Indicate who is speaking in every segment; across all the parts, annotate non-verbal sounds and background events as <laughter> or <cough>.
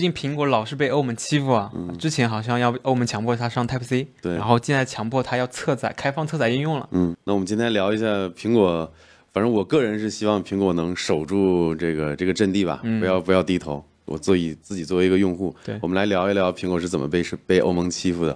Speaker 1: 最近苹果老是被欧盟欺负啊，
Speaker 2: 嗯
Speaker 1: 之前好像要欧盟强迫它上 Type C，
Speaker 2: 对
Speaker 1: 然后现在强迫它要侧载开放侧载应用了。
Speaker 2: 嗯，那我们今天聊一下苹果，反正我个人是希望苹果能守住这个这个阵地吧，不要不要低头。我作为自己作为一个用户，
Speaker 1: 对
Speaker 2: 我们来聊一聊苹果是怎么被是被欧盟欺负的。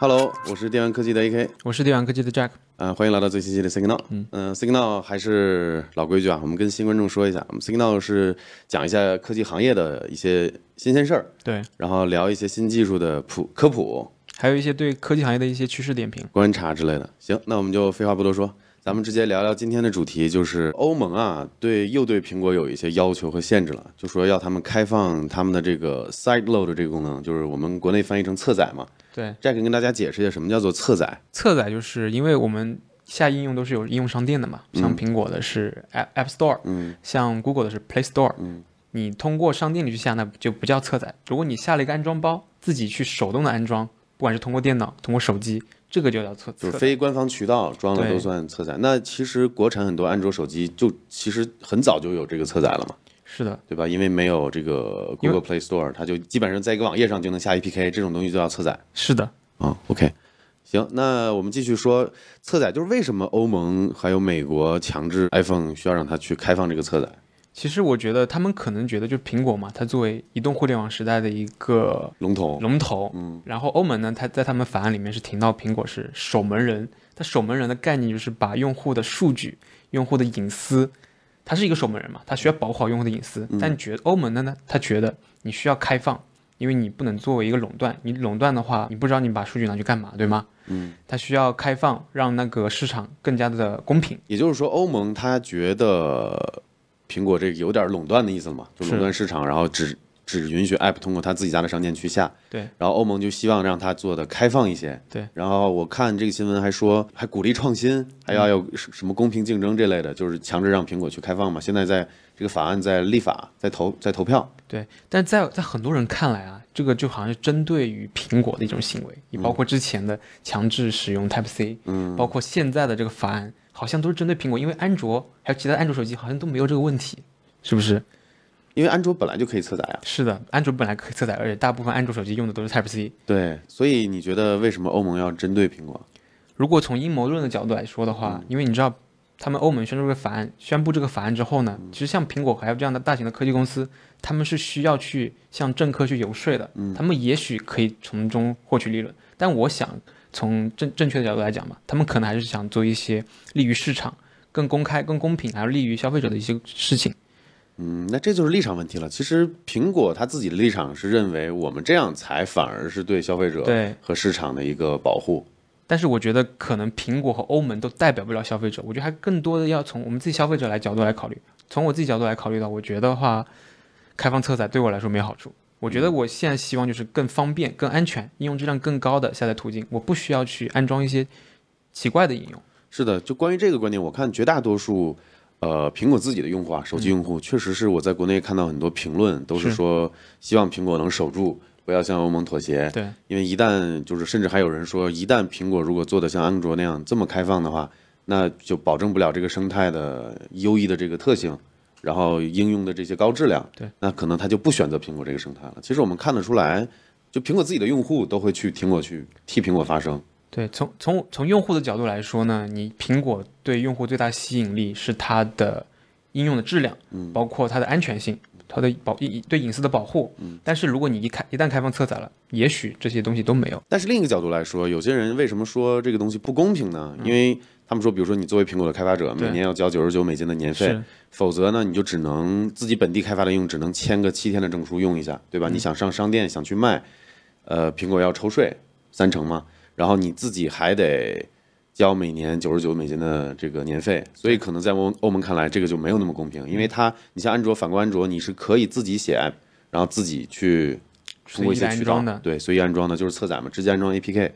Speaker 2: Hello，我是电玩科技的 AK，
Speaker 1: 我是电玩科技的 Jack，
Speaker 2: 呃，欢迎来到最新期的 Signal。嗯、Signal 还是老规矩啊，我们跟新观众说一下，我们 Signal 是讲一下科技行业的一些新鲜事儿，
Speaker 1: 对，
Speaker 2: 然后聊一些新技术的普科普，
Speaker 1: 还有一些对科技行业的一些趋势点评。
Speaker 2: 观察之类的。行，那我们就废话不多说，咱们直接聊聊今天的主题，就是欧盟啊，对又对苹果有一些要求和限制了，就说要他们开放他们的这个 side load 这个功能，就是我们国内翻译成侧载嘛。
Speaker 1: 对，
Speaker 2: Jack 跟大家解释一下什么叫做侧载。
Speaker 1: 侧载就是因为我们下应用都是有应用商店的嘛，像苹果的是 App App Store，
Speaker 2: 嗯，
Speaker 1: 像 Google 的是 Play Store，嗯，你通过商店里去下，那就不叫侧载。如果你下了一个安装包，自己去手动的安装，不管是通过电脑、通过手机，这个就叫侧
Speaker 2: 就
Speaker 1: 侧
Speaker 2: 是
Speaker 1: 载。
Speaker 2: 非官方渠道装了
Speaker 1: 对
Speaker 2: 都算侧载，那其实国产很多安卓手机就其实很早就有这个侧载了嘛，
Speaker 1: 是的，
Speaker 2: 对吧？因为没有这个
Speaker 1: 因为
Speaker 2: Google Play Store，它就基本上在一个网页上就能下 APK，这种东西就叫侧载。
Speaker 1: 是的。
Speaker 2: 啊、o k 行，那我们继续说侧载，就是为什么欧盟还有美国强制 iPhone 需要让它去开放这个侧载？
Speaker 1: 其实我觉得他们可能觉得，就苹果嘛，它作为移动互联网时代的一个
Speaker 2: 笼统，
Speaker 1: 龙头，嗯，然后欧盟呢，它在他们法案里面是提到苹果是守门人，它守门人的概念就是把用户的数据、用户的隐私，它是一个守门人嘛，它需要保护好用户的隐私。但觉得欧盟的呢，它觉得你需要开放，因为你不能作为一个垄断，你垄断的话，你不知道你把数据拿去干嘛，对吗？嗯，它需要开放，让那个市场更加的公平。
Speaker 2: 也就是说，欧盟它觉得苹果这个有点垄断的意思了嘛，就是垄断市场，然后只只允许 App 通过它自己家的商店去下，
Speaker 1: 对，
Speaker 2: 然后欧盟就希望让它做的开放一些。
Speaker 1: 对，
Speaker 2: 然后我看这个新闻还说，还鼓励创新，还
Speaker 1: 嗯
Speaker 2: 要有什什么公平竞争这类的，就是强制让苹果去开放嘛。现在在这个法案在立法，在投在投票。
Speaker 1: 对，但在在很多人看来啊，这个就好像是针对于苹果的一种行为，也包括之前的强制使用 Type C，嗯，包括现在的这个法案，好像都是针对苹果，因为安卓还有其他安卓手机好像都没有这个问题，是不是？
Speaker 2: 因为安卓本来就可以侧载啊，
Speaker 1: 是的，安卓本来可以侧载，而且大部分安卓手机用的都是 Type C。
Speaker 2: 对，所以你觉得为什么欧盟要针对苹果？
Speaker 1: 如果从阴谋论的角度来说的话，因为你知道，他们欧盟宣布这个法案，宣布这个法案之后呢，其实像苹果还有这样的大型的科技公司，他们是需要去向政客去游说的，他们也许可以从中获取利润，但我想从正正确的角度来讲嘛，他们可能还是想做一些利于市场、更公开、更公平，还有利于消费者的一些事情。
Speaker 2: 嗯，那这就是立场问题了。其实苹果它自己的立场是认为我们这样才反而是对消费者
Speaker 1: 对
Speaker 2: 和市场的一个保护。
Speaker 1: 但是我觉得可能苹果和欧盟都代表不了消费者，我觉得还更多的要从我们自己消费者来角度来考虑。从我自己角度来考虑的话，我觉得话，开放侧载对我来说没有好处。我觉得我现在希望就是更方便、更安全、应用质量更高的下载途径，我不需要去安装一些奇怪的应用。
Speaker 2: 是的，就关于这个观点，我看绝大多数，呃，苹果自己的用户啊，手机用户，确实是我在国内看到很多评论都是
Speaker 1: 是
Speaker 2: 说希望苹果能守住，不要向欧盟妥协。
Speaker 1: 对，
Speaker 2: 因为一旦就是，甚至还有人说，一旦苹果如果做的像安卓那样这么开放的话，那就保证不了这个生态的优异的这个特性，然后应用的这些高质量。
Speaker 1: 对，
Speaker 2: 那可能他就不选择苹果这个生态了。其实我们看得出来，就苹果自己的用户都会去苹果去替苹果发声。
Speaker 1: 对，从从从用户的角度来说呢，你苹果对用户最大吸引力是它的应用的质量，嗯，包括它的安全性，它的保隐对隐私的保护，嗯。但是如果你一开一旦开放侧载了，也许这些东西都没有。
Speaker 2: 但是另一个角度来说，有些人为什么说这个东西不公平呢？因为他们说，比如说你作为苹果的开发者，
Speaker 1: 嗯对
Speaker 2: 每年要交九十九美金的年费
Speaker 1: 是，
Speaker 2: 否则呢，你就只能自己本地开发的用，只能签个七天的证书用一下，
Speaker 1: 嗯
Speaker 2: 对吧？你想上商店想去卖，呃，苹果要抽税三成嘛，然后你自己还得交每年九十九美金的这个年费，所以可能在欧欧盟看来，这个就没有那么公平，因为它，你像安卓，反观安卓，你是可以自己写 app，然后自己去通过一些
Speaker 1: 随意
Speaker 2: 渠
Speaker 1: 安
Speaker 2: 道
Speaker 1: 装的
Speaker 2: 对，随意安装的，就是侧载嘛，直接安装 APK。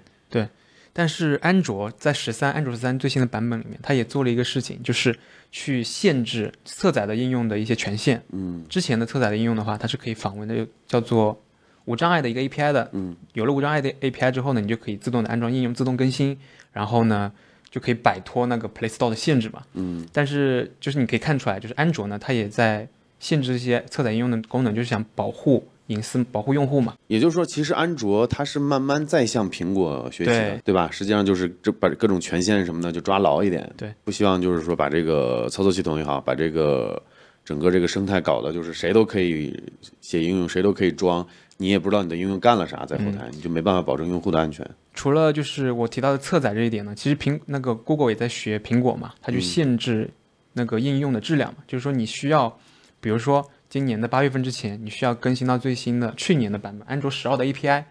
Speaker 1: 但是安卓在十三安卓十三最新的版本里面，它也做了一个事情，就是去限制侧载的应用的一些权限。嗯，之前的侧载的应用的话，它是可以访问的，叫做无障碍的一个 API 的。嗯，有了无障碍的 API 之后呢，你就可以自动的安装应用，自动更新，然后呢就可以摆脱那个 Play Store 的限制嘛。嗯，但是就是你可以看出来，就是安卓呢，它也在限制这些侧载应用的功能，就是想保护隐私、保护用户嘛。
Speaker 2: 也就是说，其实安卓它是慢慢在向苹果学习的，
Speaker 1: 对
Speaker 2: 对吧？实际上就是这把各种权限什么的就抓牢一点，
Speaker 1: 对，
Speaker 2: 不希望就是说把这个操作系统也好，把这个整个这个生态搞的，就是谁都可以写应用，谁都可以装，你也不知道你的应用干了啥在后台，
Speaker 1: 嗯
Speaker 2: 你就没办法保证用户的安全。
Speaker 1: 除了就是我提到的侧载这一点呢，其实苹那个 Google 也在学苹果嘛，它去限制那个应用的质量嘛，就是说你需要，比如说今年的八月份之前，你需要更新到最新的去年的版本安卓十二的 API，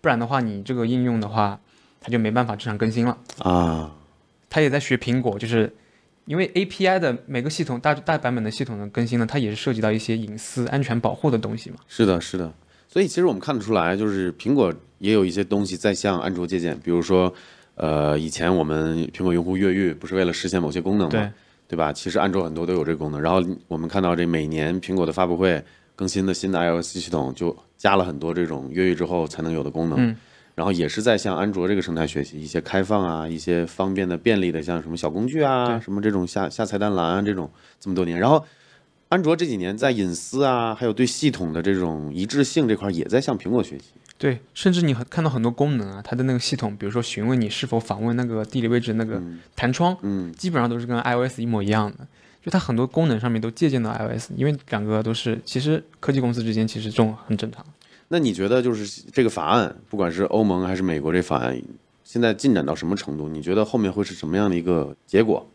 Speaker 1: 不然的话你这个应用的话，它就没办法正常更新了。
Speaker 2: 啊，
Speaker 1: 它也在学苹果，就是因为 API 的每个系统大大版本的系统的更新呢，它也是涉及到一些隐私安全保护的东西嘛。
Speaker 2: 是的，是的。所以其实我们看得出来，就是苹果也有一些东西在向安卓借鉴，比如说，呃，以前我们苹果用户越狱不是为了实现某些功能吗？
Speaker 1: 对，
Speaker 2: 对吧？其实安卓很多都有这个功能。然后我们看到这每年苹果的发布会更新的新的 iOS 系统，就加了很多这种越狱之后才能有的功能。
Speaker 1: 嗯
Speaker 2: 然后也是在向安卓这个生态学习一些开放啊，一些方便的、便利的，像什么小工具啊，
Speaker 1: 对
Speaker 2: 什么这种下下菜单栏啊，这种这么多年。然后安卓这几年在隐私啊，还有对系统的这种一致性这块，也在向苹果学习。
Speaker 1: 对，甚至你很看到很多功能啊，它的那个系统，比如说询问你是否访问那个地理位置那个弹窗，
Speaker 2: 嗯，
Speaker 1: 基本上都是跟 iOS 一模一样的。就它很多功能上面都借鉴到 iOS，因为两个都是其实科技公司之间其实这种很正常。
Speaker 2: 那你觉得就是这个法案，不管是欧盟还是美国这法案，现在进展到什么程度？你觉得后面会是什么样的一个结果？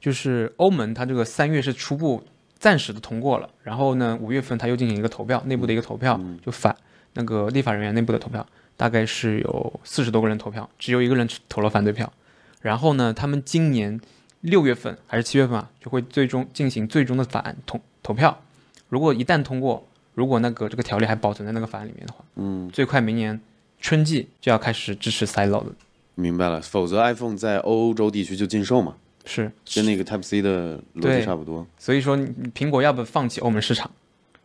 Speaker 1: 就是欧盟它这个三月是初步暂时的通过了，然后呢，五月份它又进行一个投票，内部的一个投票，就反那个立法人员内部的投票，大概是有四十多个人投票，只有一个人投了反对票。然后呢，他们今年六月份还是七月份啊，就会最终进行最终的法案投投票。如果一旦通过，如果那个这个条例还保存在那个法案里面的话，
Speaker 2: 嗯，
Speaker 1: 最快明年春季就要开始支持 Silo 的，
Speaker 2: 明白了，否则 iPhone 在欧洲地区就禁售嘛，
Speaker 1: 是
Speaker 2: 跟那个 Type C 的逻辑
Speaker 1: 对
Speaker 2: 差不多。
Speaker 1: 所以说你你苹果要不放弃欧盟市场。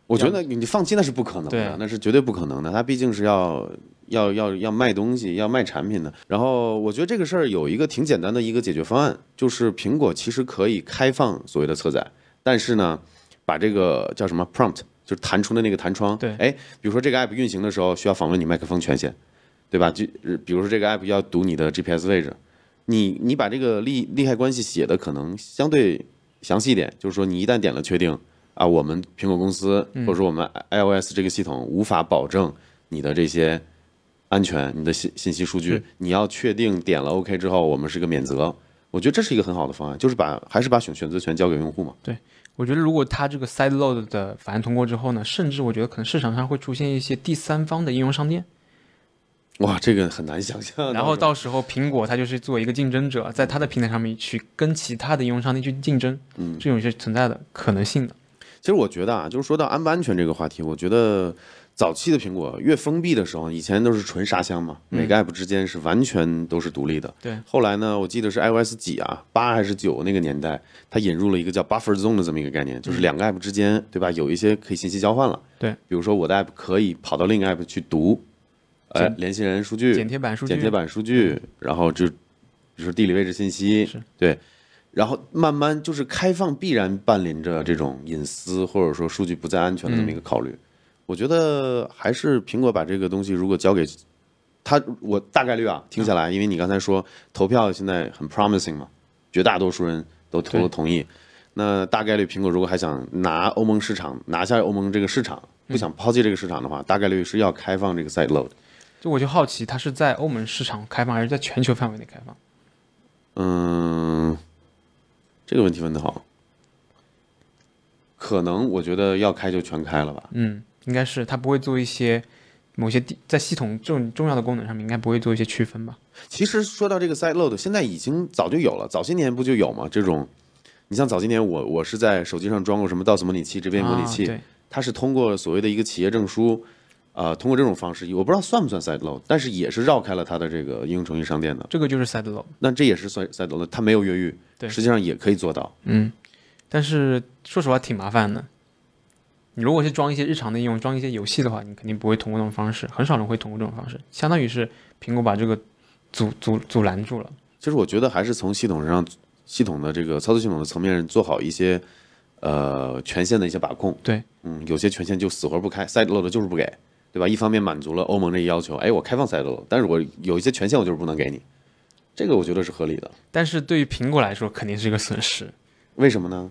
Speaker 2: 我觉得你放弃那是不可能
Speaker 1: 对
Speaker 2: 的，啊那是绝对不可能的。它毕竟是要要要要卖东西，要卖产品的。然后我觉得这个事儿有一个挺简单的一个解决方案，就是苹果其实可以开放所谓的侧载，但是呢，把这个叫什么 prompt，就是弹出的那个弹窗，
Speaker 1: 对
Speaker 2: 哎，比如说这个 app 运行的时候需要访问你麦克风权限，对吧？就呃比如说这个 app 要读你的 GPS 位置，你你把这个利利害关系写的可能相对详细一点，就是说你一旦点了确定啊，我们苹果公司
Speaker 1: 嗯
Speaker 2: 或者说我们 iOS 这个系统无法保证你的这些安全、你的信信息数据
Speaker 1: 是，
Speaker 2: 你要确定点了 OK 之后，我们是个免责。我觉得这是一个很好的方案，就是把还是把选选择权交给用户嘛。
Speaker 1: 我觉得如果它这个 side load 的法案通过之后呢，甚至我觉得可能市场上会出现一些第三方的应用商店，
Speaker 2: 哇，这个很难想象。啊
Speaker 1: 然后到时候苹果它就是作为一个竞争者，在它的平台上面去跟其他的应用商店去竞争，嗯，这种是存在的可能性的。
Speaker 2: 其实我觉得啊，就是说到安不安全这个话题，我觉得早期的苹果越封闭的时候，以前都是纯沙箱嘛，每个 app 之间是完全都是独立的。
Speaker 1: 嗯对
Speaker 2: 后来呢，我记得是 iOS 几啊，八还是九那个年代，它引入了一个叫 buffer zone 的这么一个概念，就是两个 app 之间，对吧？有一些可以信息交换了。
Speaker 1: 嗯对，
Speaker 2: 比如说我的 app 可以跑到另一个 app 去读，呃，联系人数据、
Speaker 1: 剪贴板数据，嗯
Speaker 2: 剪贴板数据，然后就比如说地理位置信息
Speaker 1: 是，
Speaker 2: 对，然后慢慢就是开放必然伴临着这种隐私或者说数据不再安全的这
Speaker 1: 嗯
Speaker 2: 么一个考虑。我觉得还是苹果把这个东西如果交给他，我大概率啊听下来，因为你刚才说投票现在很 promising 嘛，绝大多数人都投了
Speaker 1: 对
Speaker 2: 同意。那大概率，苹果如果还想拿欧盟市场拿下欧盟这个市场，不想抛弃这个市场的话，大概率是要开放这个 side load。
Speaker 1: 就我就好奇它是在欧盟市场开放，还是在全球范围内开放？
Speaker 2: 嗯，这个问题问得好。可能我觉得要开就全开了吧。
Speaker 1: 嗯，应该是它不会做一些某些地在系统这种重要的功能上面应该不会做一些区分吧？
Speaker 2: 其实说到这个 side load，现在已经早就有了，早些年不就有吗？这种，你像早些年我我是在手机上装过什么 DOS 模拟器、直变模拟器，
Speaker 1: 啊、对，
Speaker 2: 它是通过所谓的一个企业证书，啊，通过这种方式，我不知道算不算 side load，但是也是绕开了它的这个应用程序商店的。
Speaker 1: 这个就是 side load。
Speaker 2: 那这也是算 side load，它没有越狱，
Speaker 1: 对
Speaker 2: 实际上也可以做到。
Speaker 1: 嗯，但是说实话挺麻烦的。你如果是装一些日常的应用，装一些游戏的话，你肯定不会通过这种方式，很少人会通过这种方式，相当于是苹果把这个阻阻阻拦住了。
Speaker 2: 其实我觉得还是从系统上、系统的这个操作系统的层面做好一些呃权限的一些把控。
Speaker 1: 对，
Speaker 2: 嗯，有些权限就死活不开，sideload 就是不给，对吧？一方面满足了欧盟这一要求，哎，我开放 sideload，但是我有一些权限我就是不能给你，这个我觉得是合理的。
Speaker 1: 但是对于苹果来说肯定是一个损失，
Speaker 2: 为什么呢？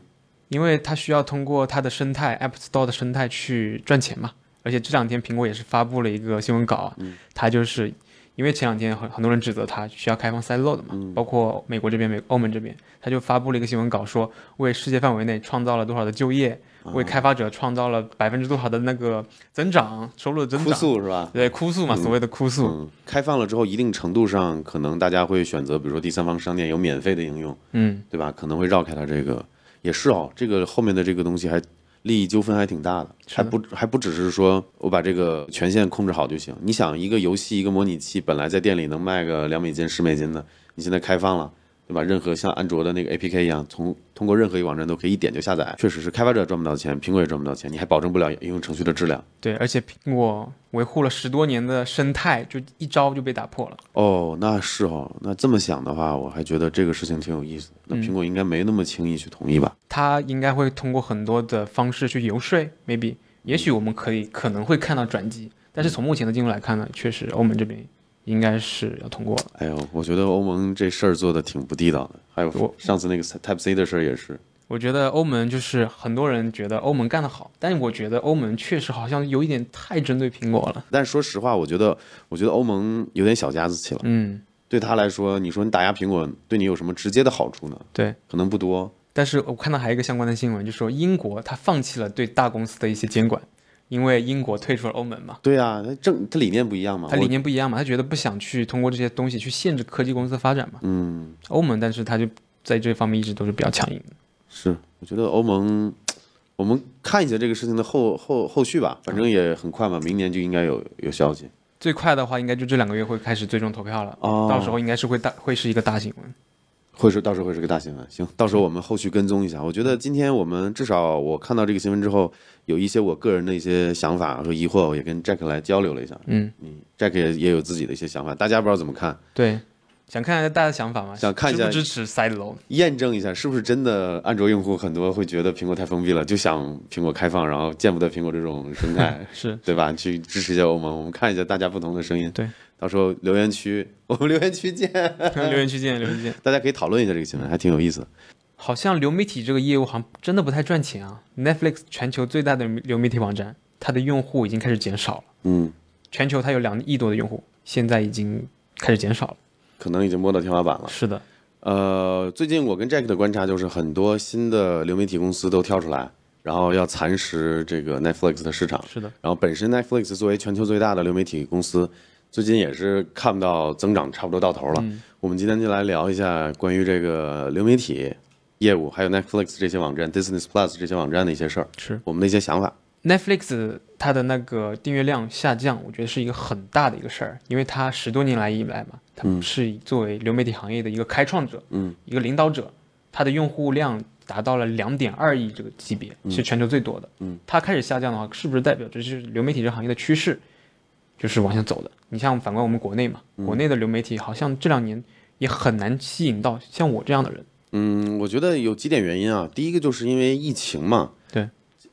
Speaker 1: 因为它需要通过它的生态 App Store 的生态去赚钱嘛。而且这两天苹果也是发布了一个新闻稿啊，
Speaker 2: 嗯
Speaker 1: 它就是因为前两天很很多人指责它需要开放 sideload 嘛，
Speaker 2: 嗯
Speaker 1: 包括美国这边、美欧盟这边，它就发布了一个新闻稿说，为世界范围内创造了多少的就业，
Speaker 2: 啊
Speaker 1: 为开发者创造了百分之多少的那个增长收入的增
Speaker 2: 哭
Speaker 1: 长。
Speaker 2: 诉是吧？
Speaker 1: 对，哭诉嘛，所谓的哭诉，
Speaker 2: 嗯，开放了之后，一定程度上可能大家会选择，比如说第三方商店有免费的应用，
Speaker 1: 嗯，
Speaker 2: 对吧？可能会绕开它这个，也是哦，这个后面的这个东西还利益纠纷还挺大的，还不还不只是说我把这个权限控制好就行。你想，一个游戏一个模拟器本来在店里能卖个两美金十美金的，你现在开放了。对吧？任何像安卓的那个 APK 一样，从通过任何一个网站都可以一点就下载。确实是开发者赚不到钱，苹果也赚不到钱，你还保证不了应用程序的质量。
Speaker 1: 对，而且苹果维护了十多年的生态，就一招就被打破了。
Speaker 2: 哦，那是哦，那这么想的话，我还觉得这个事情挺有意思的。那
Speaker 1: 嗯
Speaker 2: 苹果应该没那么轻易去同意吧？
Speaker 1: 他应该会通过很多的方式去游说，maybe，也许我们可以可能会看到转机，但是从目前的进度来看呢，确实欧盟这边应该是要通过了。
Speaker 2: 哎呦，我觉得欧盟这事儿做的挺不地道的。还有
Speaker 1: 我
Speaker 2: 上次那个 Type C 的事儿也是，
Speaker 1: 我觉得欧盟就是很多人觉得欧盟干得好，但我觉得欧盟确实好像有一点太针对苹果了。
Speaker 2: 但是说实话，我觉得我觉得欧盟有点小家子气了。
Speaker 1: 嗯，
Speaker 2: 对他来说，你说你打压苹果，对你有什么直接的好处呢？
Speaker 1: 对。
Speaker 2: 可能不多。
Speaker 1: 但是我看到还有一个相关的新闻，就说英国它放弃了对大公司的一些监管，因为英国退出了欧盟嘛。
Speaker 2: 对啊，他政他理念不一样嘛。
Speaker 1: 他理念不一样嘛，他觉得不想去通过这些东西去限制科技公司的发展嘛。
Speaker 2: 我嗯
Speaker 1: 欧盟，但是他就在这方面一直都是比较强硬的。
Speaker 2: 是，我觉得欧盟，我们看一下这个事情的后后后续吧，反正也很快嘛，明年就应该有有消息。
Speaker 1: 最快的话，应该就这两个月会开始最终投票了，
Speaker 2: 哦
Speaker 1: 到时候应该是会大会是一个大新闻。
Speaker 2: 会是到时候会是个大新闻，行，到时候我们后续跟踪一下。我觉得今天我们至少我看到这个新闻之后，有一些我个人的一些想法和疑惑，我也跟 Jack 来交流了一下。
Speaker 1: 嗯，
Speaker 2: Jack 也也有自己的一些想法，大家不知道怎么看，
Speaker 1: 对，想看一下大家想法吗？
Speaker 2: 想看一下
Speaker 1: 支不支持 side load？，
Speaker 2: 验证一下是不是真的安卓用户很多会觉得苹果太封闭了，就想苹果开放，然后见不得苹果这种生态 <laughs>
Speaker 1: <laughs> 是
Speaker 2: 对吧？去支持一下欧盟，我们看一下大家不同的声音。
Speaker 1: 对，
Speaker 2: 到时候留言区 <laughs> 我们留言区见，
Speaker 1: 留言区见，留言区见。
Speaker 2: 大家可以讨论一下这个新闻，还挺有意思的。
Speaker 1: 好像流媒体这个业务好像真的不太赚钱啊。Netflix 全球最大的流媒体网站，它的用户已经开始减少了。
Speaker 2: 嗯，
Speaker 1: 全球它有两亿多的用户，现在已经开始减少了。
Speaker 2: 可能已经摸到天花板了。
Speaker 1: 是的，
Speaker 2: 呃，最近我跟 Jack 的观察就是，很多新的流媒体公司都跳出来，然后要蚕食这个 Netflix 的市场。
Speaker 1: 是的，
Speaker 2: 然后本身 Netflix 作为全球最大的流媒体公司，最近也是看到增长差不多到头了。我们今天就来聊一下关于这个流媒体业务，还有 Netflix 这些网站、Disney Plus 这些网站的一些事儿，
Speaker 1: 是。
Speaker 2: 我们的一些想法。
Speaker 1: Netflix 它的那个订阅量下降，我觉得是一个很大的一个事儿，因为它十多年来以来嘛，它是作为流媒体行业的一个开创者，
Speaker 2: 嗯，
Speaker 1: 一个领导者，它的用户量达到了两点二亿这个级别，是全球最多的，嗯，它开始下降的话，是不是代表这是流媒体这行业的趋势，就是往下走的？你像反观我们国内嘛，
Speaker 2: 嗯
Speaker 1: 国内的流媒体好像这两年也很难吸引到像我这样的人，
Speaker 2: 嗯，我觉得有几点原因啊。第一个就是因为疫情嘛，
Speaker 1: 对，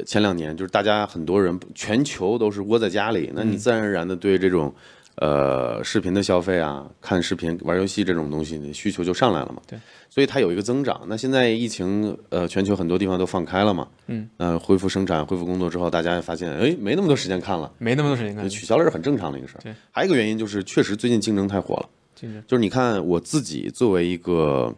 Speaker 2: 前两年就是大家很多人全球都是窝在家里，那
Speaker 1: 嗯
Speaker 2: 你自然而然的对这种、呃视频的消费啊、看视频、玩游戏这种东西的需求就上来了嘛。
Speaker 1: 对，
Speaker 2: 所以它有一个增长。那现在疫情呃全球很多地方都放开了嘛，
Speaker 1: 嗯，
Speaker 2: 呃恢复生产、恢复工作之后，大家发现哎没那么多时间看了，
Speaker 1: 没那么多时间看
Speaker 2: 取消了是很正常的一个事儿。
Speaker 1: 对，
Speaker 2: 还有一个原因就是确实最近竞争太火了。
Speaker 1: 竞争，
Speaker 2: 就是你看我自己作为一个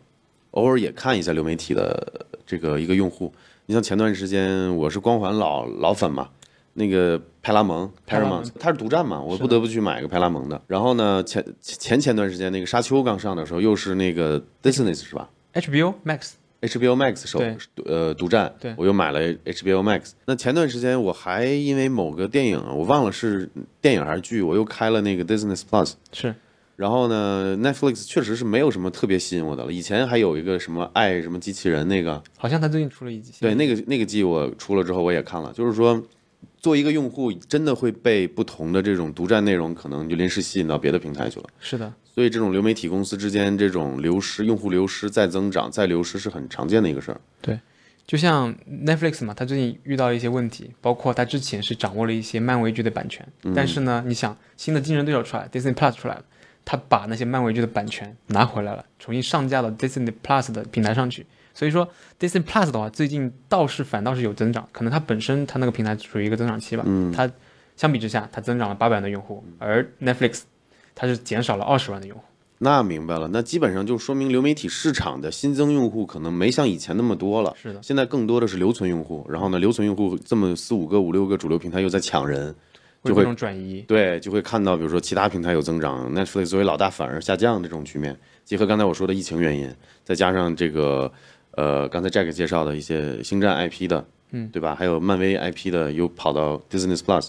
Speaker 2: 偶尔也看一下流媒体的这个一个用户，你像前段时间我是光环老老粉嘛，那个派拉蒙
Speaker 1: 派拉蒙
Speaker 2: Paramount 它是独占嘛，我不得不去买个派拉蒙的。然后呢，前前前段时间那个沙丘刚上的时候，又是那个 Disney 是吧？
Speaker 1: HBO Max
Speaker 2: HBO Max 首
Speaker 1: 对
Speaker 2: 呃独占，
Speaker 1: 对
Speaker 2: 我又买了 HBO Max。那前段时间我还因为某个电影，我忘了是电影还是剧，我又开了那个 Disney Plus，
Speaker 1: 是
Speaker 2: 然后呢，Netflix 确实是没有什么特别吸引我的了。以前还有一个什么爱什么机器人那个，
Speaker 1: 好像它最近出了一集新的，
Speaker 2: 对，那个那个季我出了之后我也看了，就是说，作为一个用户，真的会被不同的这种独占内容，可能就临时吸引到别的平台去了。
Speaker 1: 是的，
Speaker 2: 所以这种流媒体公司之间这种流失、用户流失、再增长、再流失是很常见的一个事儿。
Speaker 1: 就像 Netflix 嘛，它最近遇到了一些问题，包括它之前是掌握了一些漫威剧的版权，
Speaker 2: 嗯
Speaker 1: 但是呢，你想新的竞争对手出来，Disney Plus 出来了，它把那些漫威剧的版权拿回来了，重新上架到 Disney Plus 的平台上去。所以说 Disney Plus 的话，最近倒是反倒是有增长，可能它本身它那个平台处于一个增长期吧，
Speaker 2: 嗯
Speaker 1: 它相比之下，它增长了八百万的用户，而 Netflix 它是减少了二十万的用户。
Speaker 2: 那明白了，那基本上就说明流媒体市场的新增用户可能没像以前那么多了。
Speaker 1: 是的
Speaker 2: 现在更多的是留存用户。然后呢，留存用户这么四五个、五六个主流平台又在抢人，
Speaker 1: 会有
Speaker 2: 就
Speaker 1: 这
Speaker 2: 会
Speaker 1: 种转移，
Speaker 2: 对，就会看到比如说其他平台有增长，Netflix 作为老大反而下降这种局面。结合刚才我说的疫情原因，再加上这个呃刚才 Jack 介绍的一些星战 IP 的，嗯，对吧？还有漫威 IP 的又跑到 Disney Plus，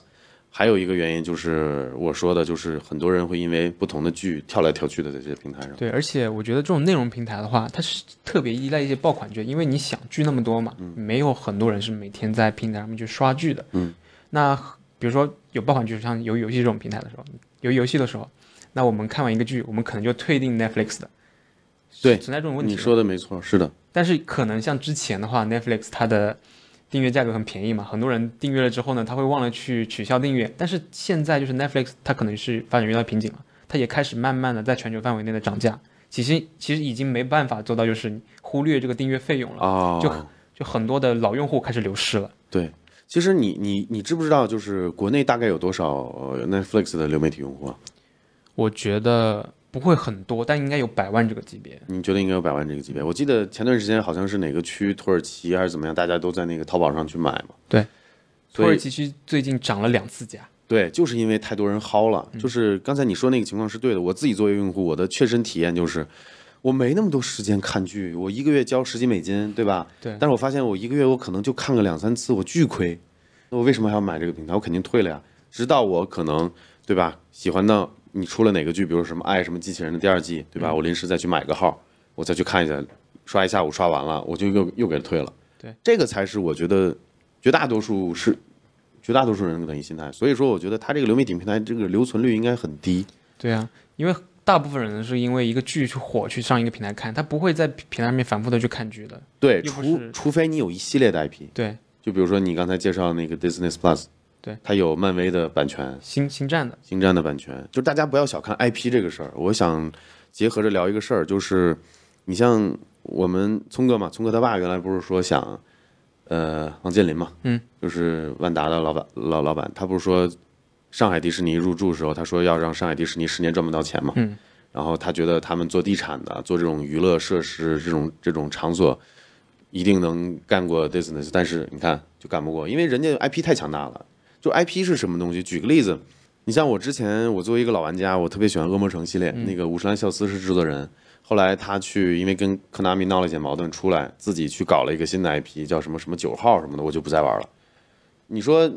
Speaker 2: 还有一个原因就是我说的，就是很多人会因为不同的剧跳来跳去的在这些平台上。
Speaker 1: 对，而且我觉得这种内容平台的话，它是特别依赖一些爆款剧，因为你想剧那么多嘛，没有很多人是每天在平台上面去刷剧的。
Speaker 2: 嗯，
Speaker 1: 那比如说有爆款剧，像游游戏这种平台的时候，游游戏的时候，那我们看完一个剧，我们可能就退订 Netflix 的。
Speaker 2: 对
Speaker 1: 存在这种问题。
Speaker 2: 你说，的没错，是的，
Speaker 1: 但是可能像之前的话，Netflix 它的订阅价格很便宜嘛，很多人订阅了之后呢，他会忘了去取消订阅。但是现在就是 Netflix 它可能是发展遇到瓶颈了，它也开始慢慢的在全球范围内的涨价。其实其实已经没办法做到就是你忽略这个订阅费用了，
Speaker 2: 哦
Speaker 1: 就就很多的老用户开始流失了。
Speaker 2: 对。其实你你你知不知道，就是国内大概有多少呃 Netflix 的流媒体用户啊？
Speaker 1: 我觉得不会很多，但应该有百万这个级别。
Speaker 2: 你觉得应该有百万这个级别？我记得前段时间好像是哪个区，土耳其还是怎么样，大家都在那个淘宝上去买嘛。
Speaker 1: 土耳其区最近涨了两次价，
Speaker 2: 对，就是因为太多人薅了。
Speaker 1: 嗯
Speaker 2: 就是刚才你说那个情况是对的，我自己作为用户，我的切身体验就是，我没那么多时间看剧，我一个月交十几美金，对吧？
Speaker 1: 对
Speaker 2: 但是我发现我一个月我可能就看个两三次，我巨亏。那我为什么还要买这个平台？我肯定退了呀。直到我可能对吧，喜欢到你出了哪个剧，比如什么《爱什么机器人》的第二季，对
Speaker 1: 嗯
Speaker 2: 吧？我临时再去买个号，我再去看一下，刷一下午刷完了，我就又又给它退了。
Speaker 1: 对，
Speaker 2: 这个才是我觉得绝大多数是绝大多数人的等于心态。所以说，我觉得它这个流媒体平台这个留存率应该很低。
Speaker 1: 对啊，因为大部分人是因为一个剧去火去上一个平台看，他不会在平台上面反复的去看剧的。
Speaker 2: 对，
Speaker 1: 又不
Speaker 2: 除
Speaker 1: 是
Speaker 2: 除非你有一系列的 IP，
Speaker 1: 对，
Speaker 2: 就比如说你刚才介绍的那个 Disney Plus，
Speaker 1: 对，
Speaker 2: 它有漫威的版权、
Speaker 1: 星星战的，
Speaker 2: 星战的版权，就是大家不要小看 IP 这个事儿。我想结合着聊一个事儿，就是你像我们聪哥嘛，聪哥他爸原来不是说想，呃，王健林嘛，
Speaker 1: 嗯，
Speaker 2: 就是万达的老板老老板，他不是说上海迪士尼入驻时候，他说要让上海迪士尼十年赚不到钱嘛，
Speaker 1: 嗯，
Speaker 2: 然后他觉得他们做地产的、做这种娱乐设施、这种这种场所，一定能干过 Disney，但是你看就干不过，因为人家 IP 太强大了。就 IP 是什么东西？举个例子，你像我之前，我作为一个老玩家，我特别喜欢《恶魔城》系列，那个五十岚孝司是制作人。后来他去，因为跟科南米闹了一些矛盾，出来自己去搞了一个新的 IP，叫什么什么九号什么的，我就不再玩了。你说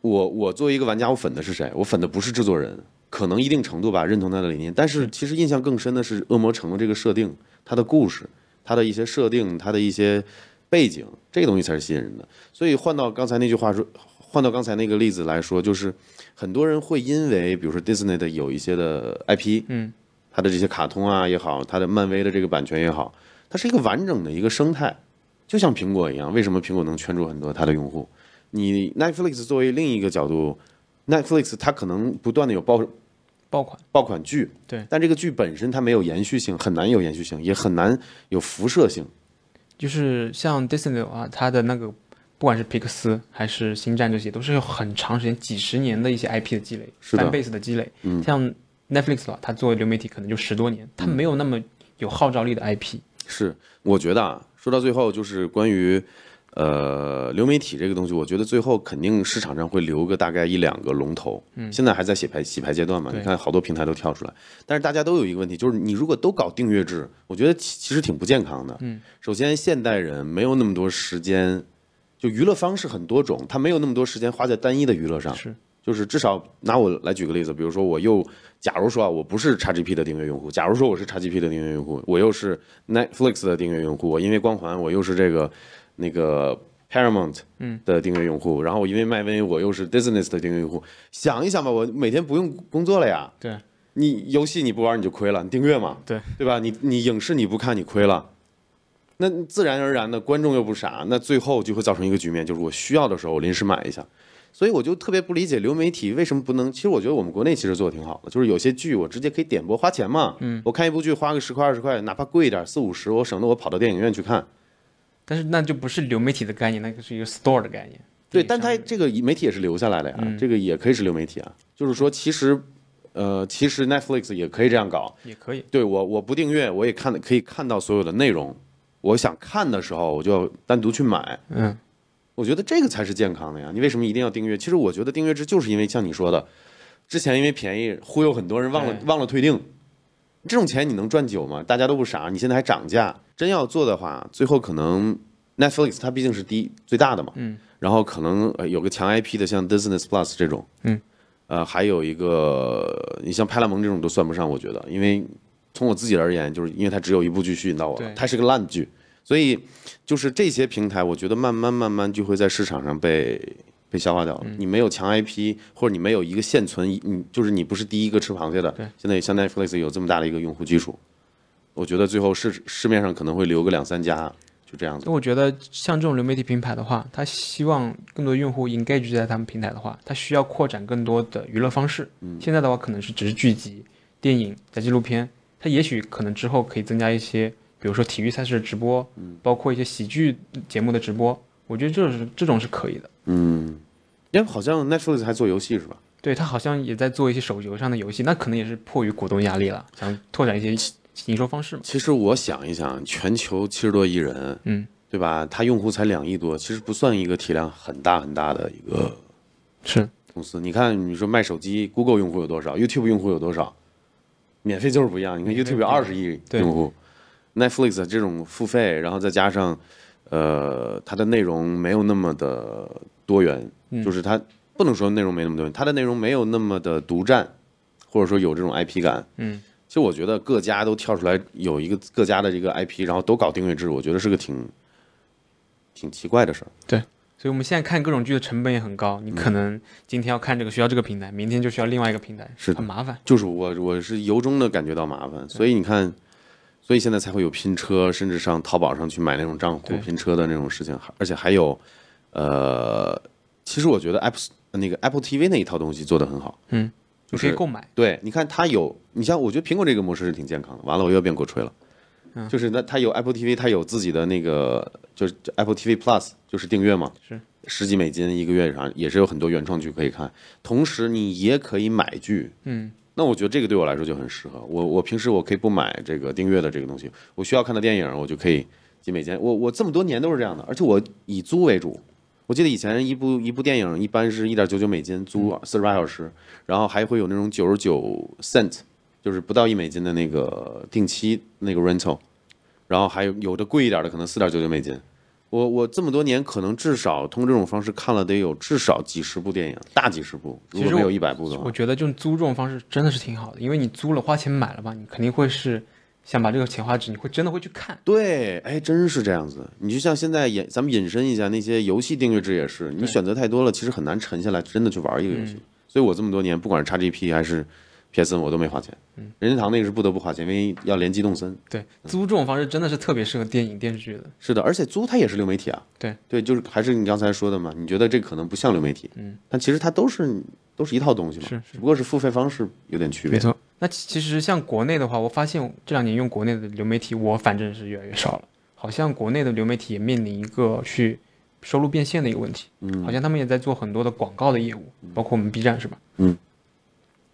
Speaker 2: 我我作为一个玩家，我粉的是谁？我粉的不是制作人，可能一定程度吧认同他的理念，但是其实印象更深的是《恶魔城》的这个设定，它的故事，它的一些设定，它的一些背景，这个东西才是吸引人的。所以换到刚才那句话说，换到刚才那个例子来说，就是很多人会因为比如说 Disney 的有一些的 IP，
Speaker 1: 嗯，
Speaker 2: 它的这些卡通啊也好，它的漫威的这个版权也好，它是一个完整的一个生态，就像苹果一样，为什么苹果能圈住很多它的用户？你 Netflix 作为另一个角度，Netflix 它可能不断的有爆
Speaker 1: 爆款。
Speaker 2: 爆款剧，
Speaker 1: 对，
Speaker 2: 但这个剧本身它没有延续性，很难有延续性，也很难有辐射性。
Speaker 1: 就是像 Disney 的话，它的那个不管是皮克斯还是星战这些，都是有很长时间、几十年的一些 IP 的积累
Speaker 2: 是的
Speaker 1: ，fan
Speaker 2: 嗯
Speaker 1: base 的积累。像 Netflix 的话，它作为流媒体可能就十多年，它没有那么有号召力的 IP。
Speaker 2: 是，我觉得啊，说到最后就是关于呃流媒体这个东西，我觉得最后肯定市场上会留个大概一两个龙头。嗯，现在还在洗牌洗牌阶段嘛，你
Speaker 1: 对
Speaker 2: 看好多平台都跳出来，但是大家都有一个问题，就是你如果都搞订阅制，我觉得其其实挺不健康的。嗯，首先现代人没有那么多时间，就娱乐方式很多种，他没有那么多时间花在单一的娱乐上。
Speaker 1: 是，
Speaker 2: 就是至少拿我来举个例子，比如说我又，假如说啊，我不是 XGP 的订阅用户，假如说我是 XGP 的订阅用户，我又是 Netflix 的订阅用户，我因为光环，我又是这个那个 Paramount
Speaker 1: 嗯
Speaker 2: 的订阅用户，然后我因为漫威，我又是 Disney 的订阅用户，想一想吧，我每天不用工作了呀，
Speaker 1: 对，
Speaker 2: 你游戏你不玩你就亏了，你订阅嘛，
Speaker 1: 对
Speaker 2: 对吧？你你影视你不看你亏了，那自然而然的，观众又不傻，那最后就会造成一个局面，就是我需要的时候我临时买一下。所以我就特别不理解流媒体为什么不能。其实我觉得我们国内其实做的挺好的，就是有些剧我直接可以点播，花钱嘛。嗯，我看一部剧花个十块二十块，哪怕贵一点，四五十，我省得我跑到电影院去看。
Speaker 1: 但是那就不是流媒体的概念，那个是一个 store 的概念。
Speaker 2: 对，嗯
Speaker 1: 电
Speaker 2: 但
Speaker 1: 商
Speaker 2: 它这个媒体也是留下来的呀，这个也可以是流媒体啊。就是说，其实，呃，其实 Netflix 也可以这样搞，
Speaker 1: 也可以，
Speaker 2: 对我，我不订阅，我也看的可以看到所有的内容。我想看的时候，我就要单独去买。
Speaker 1: 嗯，
Speaker 2: 我觉得这个才是健康的呀。你为什么一定要订阅？其实我觉得订阅制就是因为像你说的，之前因为便宜忽悠很多人忘了
Speaker 1: 哎
Speaker 2: 忘了退订。这种钱你能赚久吗？大家都不傻，你现在还涨价，真要做的话，最后可能 Netflix 它毕竟是第一最大的嘛，嗯，然后可能呃有个强 IP 的，像 Disney Plus 这种，
Speaker 1: 嗯，
Speaker 2: 呃，还有一个你像派拉蒙这种都算不上，我觉得，因为从我自己而言，就是因为它只有一部剧吸引到我了
Speaker 1: 对，
Speaker 2: 它是个烂剧，所以就是这些平台，我觉得慢慢慢慢就会在市场上被被消化掉了。你没有强 IP，或者你没有一个现存，你就是你不是第一个吃螃蟹的。现在像 Netflix 有这么大的一个用户基础，我觉得最后市市面上可能会留个两三家，就这样子。
Speaker 1: 所以我觉得像这种流媒体平台的话，它希望更多用户 engage 在他们平台的话，它需要扩展更多的娱乐方式。现在的话可能是只是剧集、电影加纪录片，它也许可能之后可以增加一些，比如说体育赛事的直播，包括一些喜剧节目的直播。我觉得这是这种是可以的。
Speaker 2: 嗯，因为好像 Netflix 还做游戏是吧？
Speaker 1: 对，它好像也在做一些手游上的游戏，那可能也是迫于股东压力了，想拓展一些营收方式嘛。
Speaker 2: 其实我想一想，全球七十多亿人，
Speaker 1: 嗯，
Speaker 2: 对吧？它用户才两亿多，其实不算一个体量很大很大的一个
Speaker 1: 是，
Speaker 2: 公司。你看，你说卖手机，Google 用户有多少？YouTube 用户有多少？免费就是不一样。你看 YouTube 有二十亿
Speaker 1: 对
Speaker 2: 用户，Netflix 这种付费，然后再加上呃，它的内容没有那么的多元，就是它不能说内容没那么多元，它的内容没有那么的独占，或者说有这种 IP 感。
Speaker 1: 嗯，
Speaker 2: 其实我觉得各家都跳出来有一个各家的这个 IP，然后都搞订阅制，我觉得是个挺挺奇怪的事儿。
Speaker 1: 所以我们现在看各种剧的成本也很高，你可
Speaker 2: 嗯
Speaker 1: 能今天要看这个需要这个平台，明天就需要另外一个平台，
Speaker 2: 是的
Speaker 1: 很麻烦。
Speaker 2: 就是我我是由衷的感觉到麻烦，所以你看，所以现在才会有拼车，甚至上淘宝上去买那种账户
Speaker 1: 对
Speaker 2: 拼车的那种事情，还而且还有，呃，其实我觉得 Apple 那个 Apple TV 那一套东西做得很好。
Speaker 1: 嗯，
Speaker 2: 就
Speaker 1: 你
Speaker 2: 是
Speaker 1: 可以购买，
Speaker 2: 对，你看它有，你像我觉得苹果这个模式是挺健康的。完了，我又要变国吹了。
Speaker 1: 嗯
Speaker 2: 就是那它有 Apple TV，它有自己的那个，就是 Apple TV Plus，就是订阅嘛，
Speaker 1: 是
Speaker 2: 十几美金一个月上，也是有很多原创剧可以看。同时，你也可以买剧，
Speaker 1: 嗯，
Speaker 2: 那我觉得这个对我来说就很适合。我我平时我可以不买这个订阅的这个东西，我需要看的电影我就可以几美金。我我这么多年都是这样的，而且我以租为主。我记得以前一部一部电影一般是一点九九美金
Speaker 1: 嗯
Speaker 2: 租四十八小时，然后还会有那种九十九 cent，就是不到一美金的那个定期那个 rental，然后还有有的贵一点的可能四点九九美金。我我这么多年可能至少通过这种方式看了得有至少几十部电影，大几十部，如
Speaker 1: 其
Speaker 2: 果
Speaker 1: 实
Speaker 2: 没有
Speaker 1: 我
Speaker 2: 一百部的话
Speaker 1: 我，觉得这种租这种方式真的是挺好的，因为你租了花钱买了吧，你肯定会是想把这个钱花值，你会真的会去看。
Speaker 2: 对，哎，真是这样子。你就像现在引，咱们引申一下那些游戏订阅制也是，你选择太多了，其实很难沉下来真的去玩一个游
Speaker 1: 嗯
Speaker 2: 戏。所以我这么多年，不管是 XGP 还是 PSN，我都没花钱。
Speaker 1: 嗯
Speaker 2: 任天堂那个是不得不花钱，因为要连机动森。
Speaker 1: 对，租这种方式真的是特别适合电影电视剧的。
Speaker 2: 是的，而且租它也是流媒体啊。
Speaker 1: 对
Speaker 2: 对，就是还是你刚才说的嘛，你觉得这可能不像流媒体，嗯，但其实它都是都是一套东西嘛，
Speaker 1: 是是
Speaker 2: 只不过是付费方式有点区别。
Speaker 1: 错。那其其实像国内的话，我发现这两年用国内的流媒体，我反正是越来越少了。好像国内的流媒体也面临一个去收入变现的一个问题。嗯，好像他们也在做很多的广告的业务，
Speaker 2: 嗯
Speaker 1: 包括我们 B 站是吧？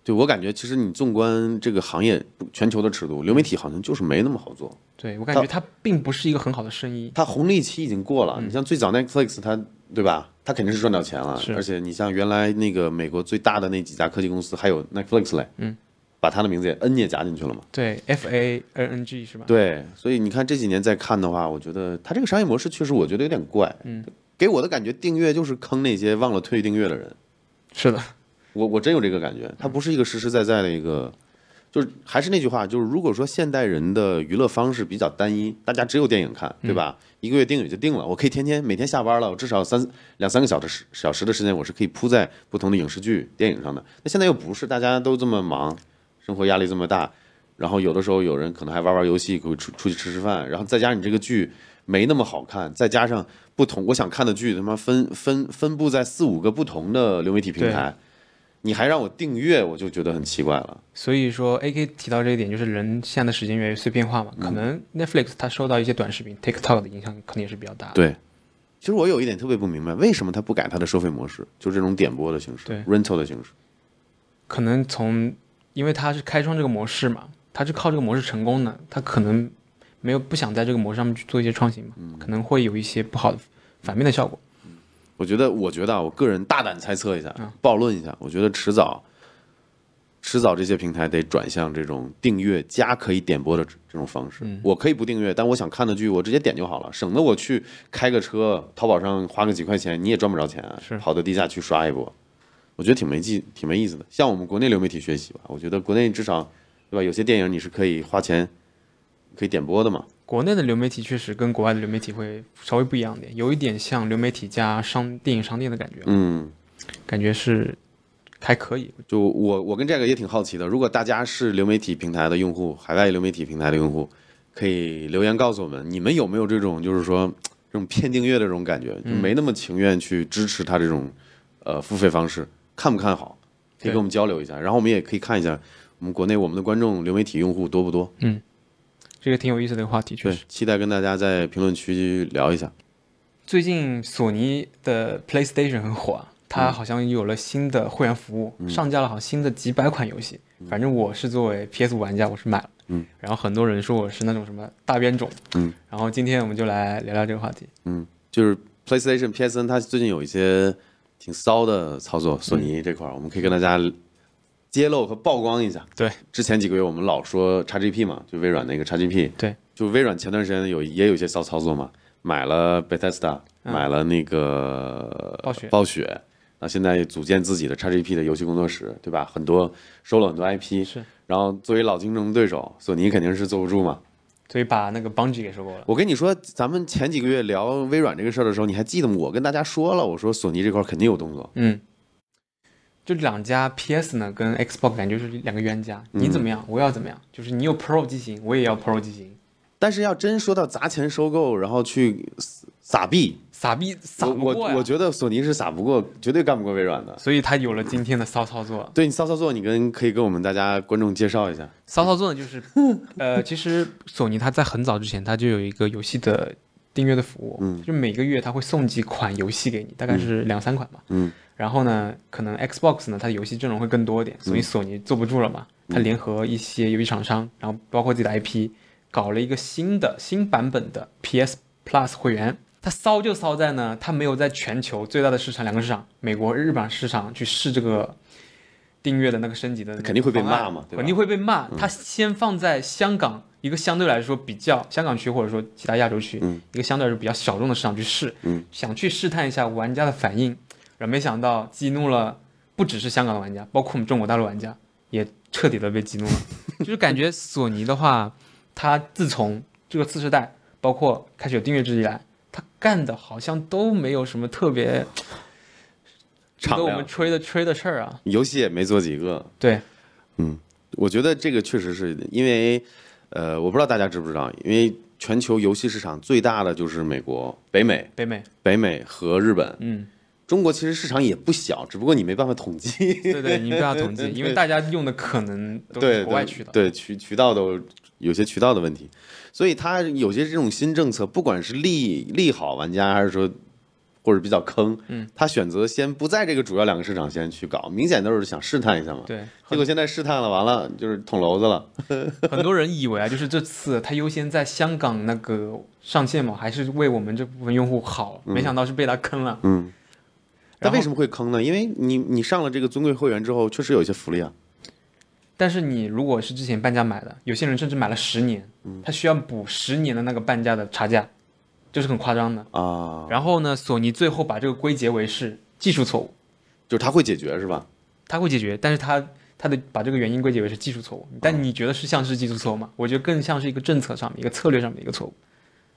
Speaker 2: 对我感觉，其实你纵观这个行业全球的尺度，流媒体好像就是没那么好做。
Speaker 1: 对我感觉它并不是一个很好的生意。
Speaker 2: 它红利期已经过了。你像最早 Netflix，它对吧？它肯定是赚到钱了
Speaker 1: 是。
Speaker 2: 而且你像原来那个美国最大的那几家科技公司，还有 Netflix 嘞，嗯，把它的名字也 N 也加进去了嘛。
Speaker 1: 对，F A N N G 是吧？
Speaker 2: 对，所以你看这几年再看的话，我觉得它这个商业模式确实我觉得有点怪。嗯，给我的感觉，订阅就是坑那些忘了退订阅的人。
Speaker 1: 是的，
Speaker 2: 我我真有这个感觉，它不是一个实实在在的一个，就是还是那句话，就是如果说现代人的娱乐方式比较单一，大家只有电影看，对吧？一个月定也就定了，我可以天天每天下班了，我至少三两三个小时小时的时间，我是可以扑在不同的影视剧、电影上的。那现在又不是，大家都这么忙，生活压力这么大，然后有的时候有人可能还玩玩游戏，会出出去吃吃饭，然后再加上你这个剧，没那么好看，再加上不同我想看的剧他妈分分分布在四五个不同的流媒体平台，你还让我订阅，我就觉得很奇怪了。
Speaker 1: 所以说，A K 提到这一点，就是人现在的时间越来越碎片化嘛，可能 Netflix 它受到一些短视频、TikTok 的影响，可能也是比较大的。
Speaker 2: 对，其实我有一点特别不明白，为什么他不改他的收费模式，就这种点播的形式
Speaker 1: 对
Speaker 2: ，rental 的形式。
Speaker 1: 可能从，因为它是开创这个模式嘛，它是靠这个模式成功的，它可能没有不想在这个模式上面去做一些创新嘛，可能会有一些不好的反面的效果。
Speaker 2: 我觉得，我觉得啊，我个人大胆猜测一下，暴论一下，我觉得迟早，迟早这些平台得转向这种订阅加可以点播的这这种方式。我可以不订阅，但我想看的剧我直接点就好了，省得我去开个车，淘宝上花个几块钱，你也赚不着钱、啊，
Speaker 1: 是
Speaker 2: 跑到地下去刷一波。我觉得挺没劲，挺没意思的。向我们国内流媒体学习吧，我觉得国内至少，对吧？有些电影你是可以花钱，可以点播的嘛。
Speaker 1: 国内的流媒体确实跟国外的流媒体会稍微不一样一点，有一点像流媒体加商电影商店的感觉，
Speaker 2: 嗯，
Speaker 1: 感觉是还可以。
Speaker 2: 就我我跟这个也挺好奇的，如果大家是流媒体平台的用户，海外流媒体平台的用户，可以留言告诉我们，你们有没有这种就是说这种骗订阅的这种感觉，就
Speaker 1: 嗯
Speaker 2: 没那么情愿去支持他这种呃付费方式，看不看好？可以
Speaker 1: 对
Speaker 2: 跟我们交流一下，然后我们也可以看一下我们国内我们的观众流媒体用户多不多。
Speaker 1: 这个挺有意思的一个话题，确
Speaker 2: 对
Speaker 1: 实。，
Speaker 2: 期待跟大家在评论区聊一下。
Speaker 1: 最近索尼的 PlayStation 很火，啊，
Speaker 2: 嗯
Speaker 1: 它好像有了新的会员服务，上架了好像新的几百款游戏。反正我是作为 PS 玩家，我是买了。
Speaker 2: 嗯，
Speaker 1: 然后很多人说我是那种什么大冤种。
Speaker 2: 嗯，
Speaker 1: 然后今天我们就来聊聊这个话题。
Speaker 2: 嗯，就是 PlayStation、PSN，它最近有一些挺骚的操作，索
Speaker 1: 嗯
Speaker 2: 尼这块儿、我们可以跟大家揭露和曝光一下。
Speaker 1: 对，
Speaker 2: 之前几个月我们老说 XGP 嘛，就微软那个 XGP，
Speaker 1: 对，
Speaker 2: 就微软前段时间有也有一些骚操作嘛，买了 Bethesda，、买了那个
Speaker 1: 嗯暴雪
Speaker 2: 暴雪，那现在组建自己的 XGP 的游戏工作室，对吧？很多收了很多 IP，
Speaker 1: 是，
Speaker 2: 然后作为老竞争对手，索尼肯定是坐不住嘛，
Speaker 1: 所以把那个 Bungie 给收购了。
Speaker 2: 我跟你说，咱们前几个月聊微软这个事儿的时候，你还记得吗？我跟大家说了，我说索尼这块儿肯定有动作。
Speaker 1: 嗯，就两家 PS 呢跟 Xbox 感觉就是两个冤家，
Speaker 2: 嗯
Speaker 1: 你怎么样，我要怎么样，就是你有 Pro 机型，我也要 Pro 机型，
Speaker 2: 但是要真说到砸钱收购，然后去撒撒币，
Speaker 1: 傻逼傻
Speaker 2: 我
Speaker 1: 不过
Speaker 2: 我
Speaker 1: 呀
Speaker 2: 我觉得索尼是撒不过，绝对干不过微软的。
Speaker 1: 所以他有了今天的骚操作。
Speaker 2: 对你骚操作，你跟可以跟我们大家观众介绍一下。
Speaker 1: 骚操作呢，就是呃，其实索尼它在很早之前，它就有一个游戏的订阅的服务，
Speaker 2: 嗯
Speaker 1: 就每个月它会送几款游戏给你，大概是两三款吧。
Speaker 2: 嗯
Speaker 1: 然后呢，可能 Xbox 呢，它的游戏阵容会更多一点，所
Speaker 2: 嗯
Speaker 1: 以索尼坐不住了嘛，它联合一些游戏厂商，然后包括自己的 IP，搞了一个新的新版本的 PS Plus 会员。它骚就骚在呢，它没有在全球最大的市场两个市场，美国、日本市场去试这个订阅的那个升级的那个方案，
Speaker 2: 肯定会被骂嘛对吧嗯
Speaker 1: 肯定会被骂。它先放在香港一个相对来说比较香港区或者说其他亚洲区、一个相对来说比较小众的市场去试，
Speaker 2: 嗯
Speaker 1: 想去试探一下玩家的反应，然后没想到激怒了不只是香港的玩家，包括我们中国大陆玩家也彻底的被激怒了。 <laughs> 就是感觉索尼的话，它自从这个次世代，包括开始有订阅制以来，它干的好像都没有什么特别值
Speaker 2: 敞
Speaker 1: 得我
Speaker 2: 亮
Speaker 1: 们吹的吹的事儿啊。
Speaker 2: 游戏也没做几个，
Speaker 1: 对，
Speaker 2: 我觉得这个确实是因为，呃，我不知道大家知不知道，因为全球游戏市场最大的就是美国、北美、
Speaker 1: 北
Speaker 2: <laughs>
Speaker 1: 美，
Speaker 2: 北美和日本。
Speaker 1: 嗯，
Speaker 2: 中国其实市场也不小，只不过你没办法统计。
Speaker 1: 对对，你不要统计，因为大家用的可能都
Speaker 2: 对
Speaker 1: 是国外去的。
Speaker 2: 对对渠渠道都有些渠道的问题，所以它有些这种新政策，不管是利利好玩家，还是说或者比较坑，
Speaker 1: 嗯，
Speaker 2: 他选择先不在这个主要两个市场先去搞，明显都是想试探一下嘛。
Speaker 1: 对，
Speaker 2: 结果现在试探了，完了就是捅娄子了。
Speaker 1: 很多人以为啊，就是这次它优先在香港那个上线嘛，还是为我们这部分用户好，没想到是被它坑了。
Speaker 2: 嗯，那
Speaker 1: 然后
Speaker 2: 为什么会坑呢？因为你你上了这个尊贵会员之后，确实有一些福利啊。
Speaker 1: 但是你如果是之前半价买的，有些人甚至买了十年，
Speaker 2: 嗯
Speaker 1: 他需要补十年的那个半价的差价，这是很夸张的。
Speaker 2: 啊，
Speaker 1: 然后呢，索尼最后把这个归结为是技术错误，
Speaker 2: 就是他会解决是吧？
Speaker 1: 他会解决，但是他他的把这个原因归结为是技术错误。
Speaker 2: 嗯
Speaker 1: 但你觉得是像是技术错误吗？我觉得更像是一个政策上面、一个策略上面的一个错误。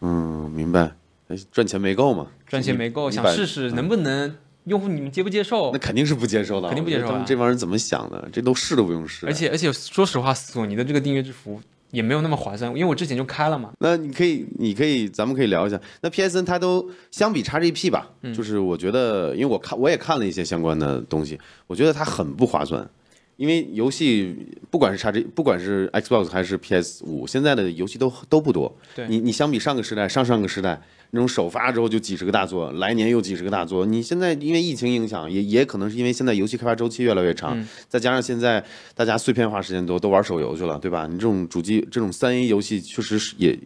Speaker 2: 嗯，明白。哎赚钱没够嘛？
Speaker 1: 赚钱没够，
Speaker 2: 你
Speaker 1: 想
Speaker 2: 把
Speaker 1: 试试能不能，用户你们接不接受
Speaker 2: 嗯那？肯定是不接受的，
Speaker 1: 肯定不接受啊
Speaker 2: 我觉得他们这帮人怎么想的？这都试都不用试。
Speaker 1: 而且而且，说实话，索尼的这个订阅制服务也没有那么划算，因为我之前就开了嘛。
Speaker 2: 那你可以，你可以，咱们可以聊一下。那 PSN 它都相比 XGP 吧，就是我觉得，因为我看我也看了一些相关的东西，我觉得它很不划算。因为游戏不管是 XG，不管是 Xbox 还是 PS 五，现在的游戏都都不多。
Speaker 1: 对
Speaker 2: 你，你相比上个时代、上上个时代那种首发之后就几十个大作，来年又几十个大作。你现在因为疫情影响，也也可能是因为现在游戏开发周期越来越长，再加上现在大家碎片化时间多，都玩手游去了，对吧？你这种主机这种三 A 游戏确实是也，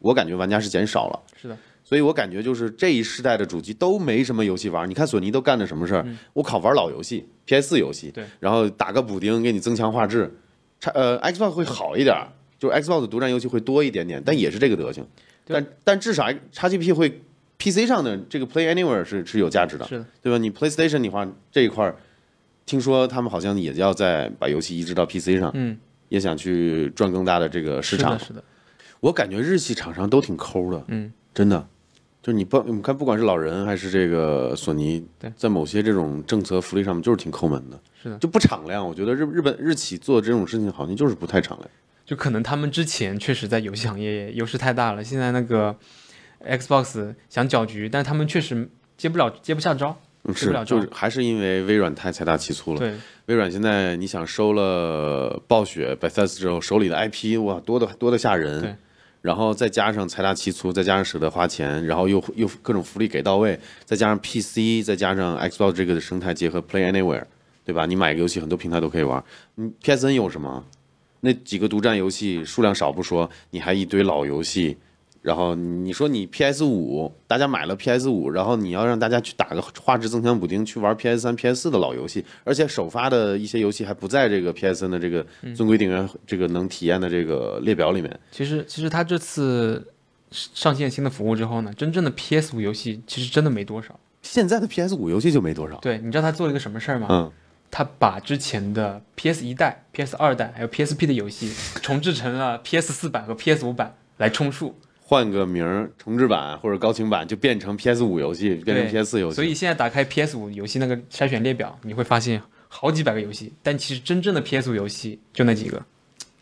Speaker 2: 我感觉玩家是减少了。
Speaker 1: 是的，
Speaker 2: 所以我感觉就是这一世代的主机都没什么游戏玩。你看索尼都干的什么事儿？我靠，玩老游戏，PS 游戏，
Speaker 1: 嗯对，
Speaker 2: 然后打个补丁给你增强画质。差呃，Xbox 会好一点儿，就是 Xbox 独占游戏会多一点点，但也是这个德行。
Speaker 1: 对
Speaker 2: 但但至少 XGP 会 PC 上的这个 Play Anywhere 是是有价值的，
Speaker 1: 是的，
Speaker 2: 对吧？你 PlayStation 的话这一块儿，听说他们好像也要再把游戏移植到 PC 上，
Speaker 1: 嗯，
Speaker 2: 也想去赚更大的这个市
Speaker 1: 是
Speaker 2: 场
Speaker 1: 的，。是的，
Speaker 2: 我感觉日系厂商都挺抠的，
Speaker 1: 嗯，
Speaker 2: 真的，就是你不，你看不管是老人还是这个索尼
Speaker 1: 对，
Speaker 2: 在某些这种政策福利上面就是挺抠门的，
Speaker 1: 是的
Speaker 2: 就不敞亮。我觉得日日本日企做这种事情好像就是不太敞亮。
Speaker 1: 就可能他们之前确实在游戏行业优势太大了，现在那个 Xbox 想搅局，但他们确实接不了，接不下招。
Speaker 2: 嗯
Speaker 1: 吃不
Speaker 2: 是
Speaker 1: 了，
Speaker 2: 就
Speaker 1: 招
Speaker 2: 是还是因为微软太财大气粗了。
Speaker 1: 对，
Speaker 2: 微软现在你想收了暴雪、b e t h e s 之后，手里的 IP 哇多的多的吓
Speaker 1: 对
Speaker 2: 人，然后再加上财大气粗，再加上舍得花钱，然后又又各种福利给到位，再加上 PC，再加上 Xbox 这个的生态结合 Play Anywhere，对吧？你买个游戏很多平台都可以玩。嗯，PSN 有什么？那几个独占游戏数量少不说，你还一堆老游戏。然后你说你 PS 五，大家买了 PS 五，然后你要让大家去打个画质增强补丁，去玩 PS 三、PS 四的老游戏，而且首发的一些游戏还不在这个 PSN 的这个
Speaker 1: 嗯
Speaker 2: 尊规定员这个能体验的这个列表里面。
Speaker 1: 其实其实它这次上线新的服务之后呢，真正的 PS 五游戏其实真的没多少。
Speaker 2: 现在的 PS 五游戏就没多少，
Speaker 1: 对，你知道他做了一个什么事儿吗？
Speaker 2: 嗯，
Speaker 1: 他把之前的 PS 一代、PS 二代还有 PSP 的游戏重置成了 PS 四版和 PS 五版来充数，
Speaker 2: 换个名儿，重置版或者高清版就变成 PS 五游戏，变成 PS 四游戏。
Speaker 1: 所以现在打开 PS 五游戏那个筛选列表，你会发现好几百个游戏，但其实真正的 PS 五游戏就那几个。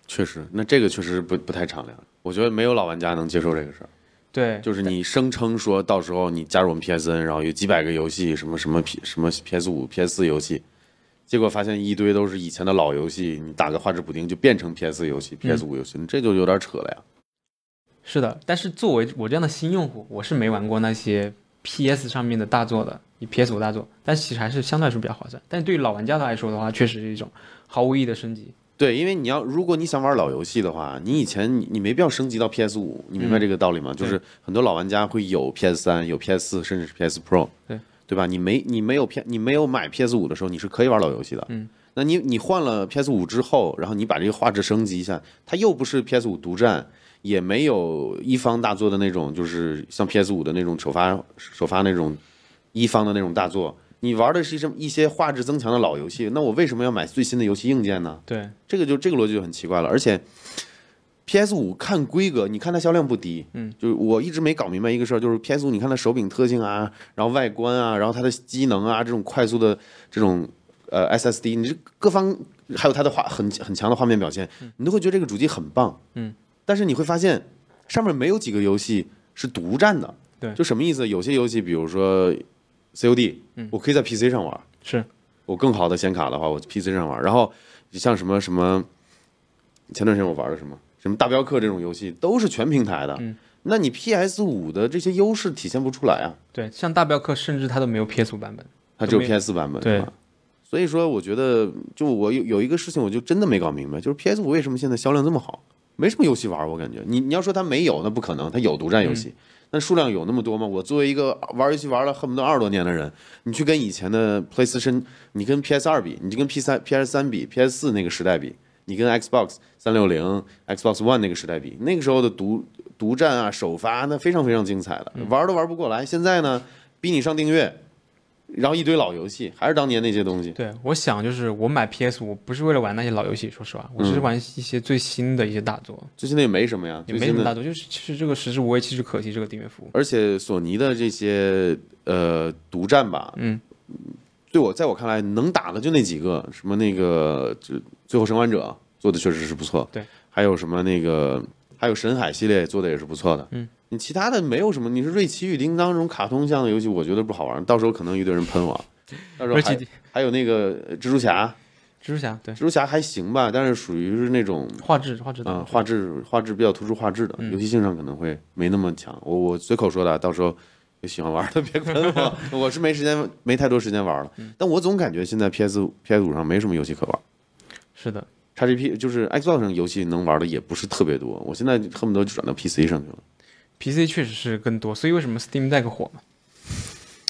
Speaker 2: 确实，那这个确实不不太敞亮，我觉得没有老玩家能接受这个事儿。
Speaker 1: 对，
Speaker 2: 就是你声称说到时候你加入我们 PSN，然后有几百个游戏，什么什么 P 什么 PS 五、PS 四游戏，结果发现一堆都是以前的老游戏，你打个画质补丁就变成 PS 游戏、PS 五游戏，这就有点扯了呀。
Speaker 1: 是的。但是作为我这样的新用户，我是没玩过那些 PS 上面的大作的，以 PS 五大作，但其实还是相对来说比较划算。但是对于老玩家来说的话，确实是一种毫无意义的升级。
Speaker 2: 对，因为你要如果你想玩老游戏的话，你以前你你没必要升级到 PS 五，你
Speaker 1: 嗯
Speaker 2: 明白这个道理吗？就是很多老玩家会有 PS 三、有 PS 四，甚至是 PS Pro，
Speaker 1: 对
Speaker 2: 对吧？你没你没有 P 你没有买 PS 五的时候，你是可以玩老游戏的。
Speaker 1: 嗯，
Speaker 2: 那你你换了 PS 五之后，然后你把这个画质升级一下，它又不是 PS 五独占，也没有一方大作的那种，就是像 PS 五的那种首发首发那种一方的那种大作。你玩的是一什么一些画质增强的老游戏，那我为什么要买最新的游戏硬件呢？
Speaker 1: 对，
Speaker 2: 这个就这个逻辑就很奇怪了。而且，PS 五看规格，你看它销量不低，嗯，就是我一直没搞明白一个事儿，就是 PS 五，你看它手柄特性啊，然后外观啊，然后它的机能啊，这种快速的这种呃 SSD，你这各方还有它的画很很强的画面表现，你都会觉得这个主机很棒，
Speaker 1: 嗯，
Speaker 2: 但是你会发现上面没有几个游戏是独占的，
Speaker 1: 对
Speaker 2: 就什么意思？有些游戏，比如说 COD，嗯，我可以在 PC 上玩。
Speaker 1: 是
Speaker 2: 我更好的显卡的话，我 PC 上玩。然后像什么什么，前段时间我玩的什么什么大镖客这种游戏，都是全平台的。
Speaker 1: 嗯
Speaker 2: 那你 PS 五的这些优势体现不出来啊，
Speaker 1: 对，像大镖客甚至它都没有 PS 五版本。
Speaker 2: 它只有
Speaker 1: 都没
Speaker 2: PS 版本
Speaker 1: 对
Speaker 2: 是吧？所以说，我觉得就我有有一个事情，我就真的没搞明白，就是 PS 五为什么现在销量这么好，没什么游戏玩，我感觉你你要说它没有，那不可能，它有独占游戏，
Speaker 1: 嗯
Speaker 2: 但数量有那么多吗？我作为一个玩游戏玩了恨不得二十多年的人，你去跟以前的 PlayStation，你跟 PS 二比，你就跟 PS 三、PS 三比、PS 四那个时代比，你跟 Xbox 三六零、Xbox One 那个时代比，那个时候的独独占啊、首发那非常非常精彩的，
Speaker 1: 嗯
Speaker 2: 玩都玩不过来。现在呢，逼你上订阅，然后一堆老游戏，还是当年那些东西。
Speaker 1: 对，我想就是我买 PS 五不是为了玩那些老游戏，说实话，我是玩一些最新的一些大作，
Speaker 2: 最近的也没什么呀，
Speaker 1: 也
Speaker 2: 最
Speaker 1: 没什
Speaker 2: 近
Speaker 1: 么
Speaker 2: 的
Speaker 1: 大作，就是其实这个食之无味，弃之可惜这个订阅服务。
Speaker 2: 而且索尼的这些呃独占吧，
Speaker 1: 嗯，
Speaker 2: 对我在我看来能打的就那几个，什么那个这《最后生还者》做的确实是不错，
Speaker 1: 对，
Speaker 2: 还有什么那个，还有神海系列做的也是不错的。嗯，你其他的没有什么，你是瑞奇与叮当这种卡通向的游戏，我觉得不好玩，到时候可能一堆人喷我。到时候
Speaker 1: 而且
Speaker 2: 还还有那个蜘蛛侠，
Speaker 1: 蜘蛛侠对
Speaker 2: 蜘蛛侠还行吧，但是属于是那种
Speaker 1: 画质画质的嗯
Speaker 2: 啊、画质画质比较突出画质的，游戏性上可能会没那么强。我我随口说的，啊到时候有喜欢玩的 <laughs> 别喷
Speaker 1: <laughs>
Speaker 2: 我，我是没时间，没太多时间玩了。
Speaker 1: 嗯
Speaker 2: 但我总感觉现在 PS PS 五上没什么游戏可玩
Speaker 1: 是的，
Speaker 2: ，XGP 就是 Xbox 上游戏能玩的也不是特别多。我现在恨不得就转到 PC 上去了。
Speaker 1: PC 确实是更多，所以为什么 Steam Deck 火嘛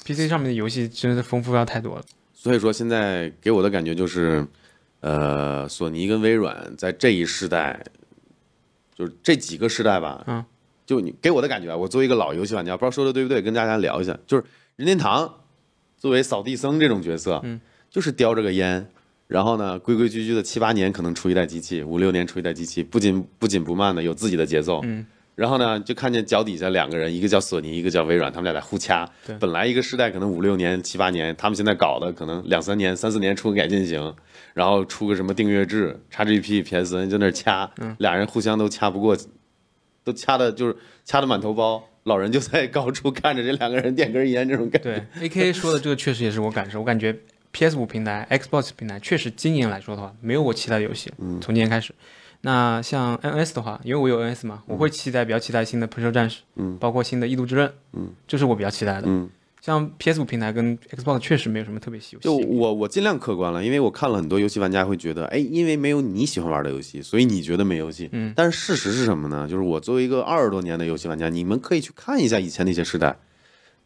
Speaker 1: ？PC 上面的游戏真的丰富要太多了。
Speaker 2: 所以说现在给我的感觉就是，呃，索尼跟微软在这一世代，就是这几个世代吧，
Speaker 1: 嗯，
Speaker 2: 就你给我的感觉啊，我作为一个老游戏玩家，不知道说的对不对，跟大家聊一下，就是任天堂作为扫地僧这种角色，嗯，就是叼着个烟。然后呢，规规矩矩的七八年可能出一代机器，五六年出一代机器，不紧不紧不慢的有自己的节奏。嗯，然后呢，就看见脚底下两个人，一个叫索尼，一个叫微软，他们俩在互掐。
Speaker 1: 对
Speaker 2: 本来一个世代可能五六年、七八年，他们现在搞的可能两三年、三四年出个改进型，然后出个什么订阅制、XGP、PSN 就那儿掐，俩人互相都掐不过，都掐的就是掐的满头包。老人就在高处看着这两个人点根烟，这种感觉。
Speaker 1: 对，A K 说的这个确实也是我感受，我感觉 PS 五平台、Xbox 平台确实今年来说的话，没有我期待的游戏。嗯，从今年开始，那像 N S 的话，因为我有 N S 嘛，我
Speaker 2: 嗯
Speaker 1: 会期待比较期待新的《喷射战士》，嗯，包括新的《异度之刃》，嗯，这是我比较期待的。
Speaker 2: 嗯，
Speaker 1: 像 PS 五平台跟 Xbox 确实没有什么特别喜
Speaker 2: 就
Speaker 1: 游戏。
Speaker 2: 我我尽量客观了，因为我看了很多游戏玩家会觉得，哎，因为没有你喜欢玩的游戏，所以你觉得没游戏。嗯，但是事实是什么呢？就是我作为一个二十多年的游戏玩家，你们可以去看一下以前那些时代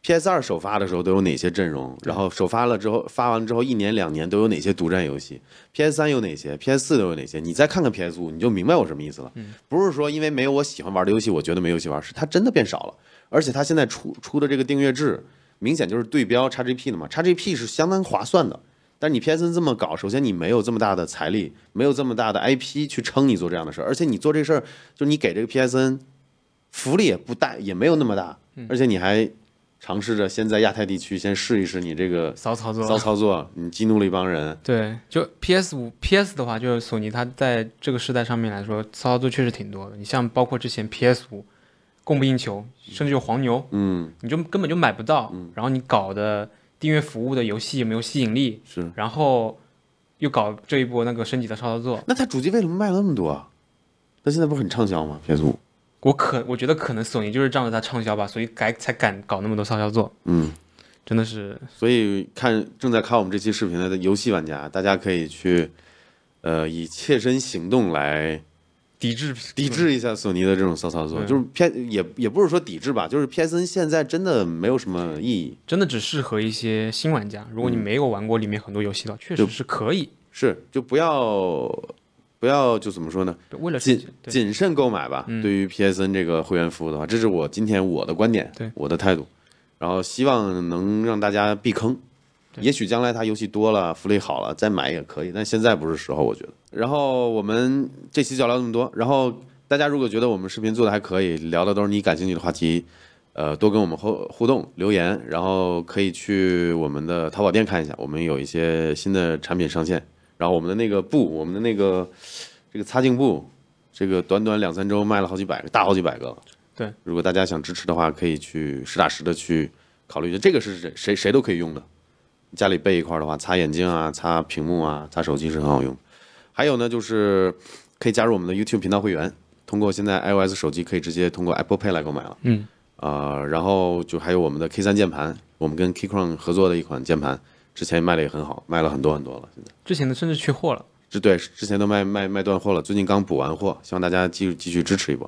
Speaker 2: ，PS 二首发的时候都有哪些阵容，然后首发了之后，发完之后一年两年都有哪些独占游戏，PS 三有哪些，PS 四都有哪些，你再看看 PS 五，你就明白我什么意思了。
Speaker 1: 嗯
Speaker 2: 不是说因为没有我喜欢玩的游戏，我觉得没游戏玩，是它真的变少了，而且它现在出出的这个订阅制。明显就是对标 XGP 的嘛，XGP 是相当划算的，但是你 PSN 这么搞，首先你没有这么大的财力，没有这么大的 IP 去撑你做这样的事儿，而且你做这事儿，就是你给这个 PSN 福利也不大，也没有那么大，而且你还尝试着先在亚太地区先试一试你这个
Speaker 1: 骚操作，
Speaker 2: 骚操作，你激怒了一帮人。
Speaker 1: 对，就 PS 五 PS 的话，就是索尼它在这个时代上面来说，操作确实挺多的。你像包括之前 PS 五供不应求，甚至有黄牛，
Speaker 2: 嗯，
Speaker 1: 你就根本就买不到。然后你搞的订阅服务的游戏有没有吸引力？
Speaker 2: 是。
Speaker 1: 然后又搞这一波那个升级的操作，
Speaker 2: 那它主机为什么卖了那么多啊？它现在不是很畅销吗？PS 五，
Speaker 1: 我可我觉得可能索尼就是仗着它畅销吧，所以改才敢搞那么多骚操作。
Speaker 2: 嗯。
Speaker 1: 真的是
Speaker 2: 所以看正在看我们这期视频的游戏玩家，大家可以去，呃，以切身行动来
Speaker 1: 抵制
Speaker 2: 抵制一下索尼的这种骚操作。
Speaker 1: 对
Speaker 2: 就是 P 也也不是说抵制吧，就是 PSN 现在真的没有什么意义。
Speaker 1: 真的只适合一些新玩家。如果你没有玩过里面很多游戏的话，确实是可以。
Speaker 2: 是，就不要不要就怎么说呢？
Speaker 1: 对为了
Speaker 2: 谨
Speaker 1: 升级对嗯
Speaker 2: 谨慎购买吧。对于 PSN 这个会员服务的话，这是我今天我的观点，
Speaker 1: 对
Speaker 2: 我的态度。然后希望能让大家避坑，也许将来它游戏多了，福利好了再买也可以，但现在不是时候，我觉得。然后我们这期就聊这么多。然后大家如果觉得我们视频做的还可以，聊的都是你感兴趣的话题，呃，多跟我们互互动留言，然后可以去我们的淘宝店看一下，我们有一些新的产品上线。然后我们的那个布，我们的那个这个擦镜布，这个短短两三周卖了好几百个，大好几百个了。
Speaker 1: 对，
Speaker 2: 如果大家想支持的话，可以去实打实的去考虑一下，这个是谁谁谁都可以用的。家里备一块儿的话，擦眼镜啊、擦屏幕啊、擦手机是很好用。还有呢，就是可以加入我们的 YouTube 频道会员，通过现在 iOS 手机可以直接通过 Apple Pay 来购买了。
Speaker 1: 嗯。
Speaker 2: 啊，然后就还有我们的 K 3键盘，我们跟 Keychron 合作的一款键盘，之前卖的也很好，卖了很多很多了。现在。
Speaker 1: 之前的甚至缺货了。
Speaker 2: 这对之前都卖卖卖断货了，最近刚补完货，希望大家继续继续支持一波。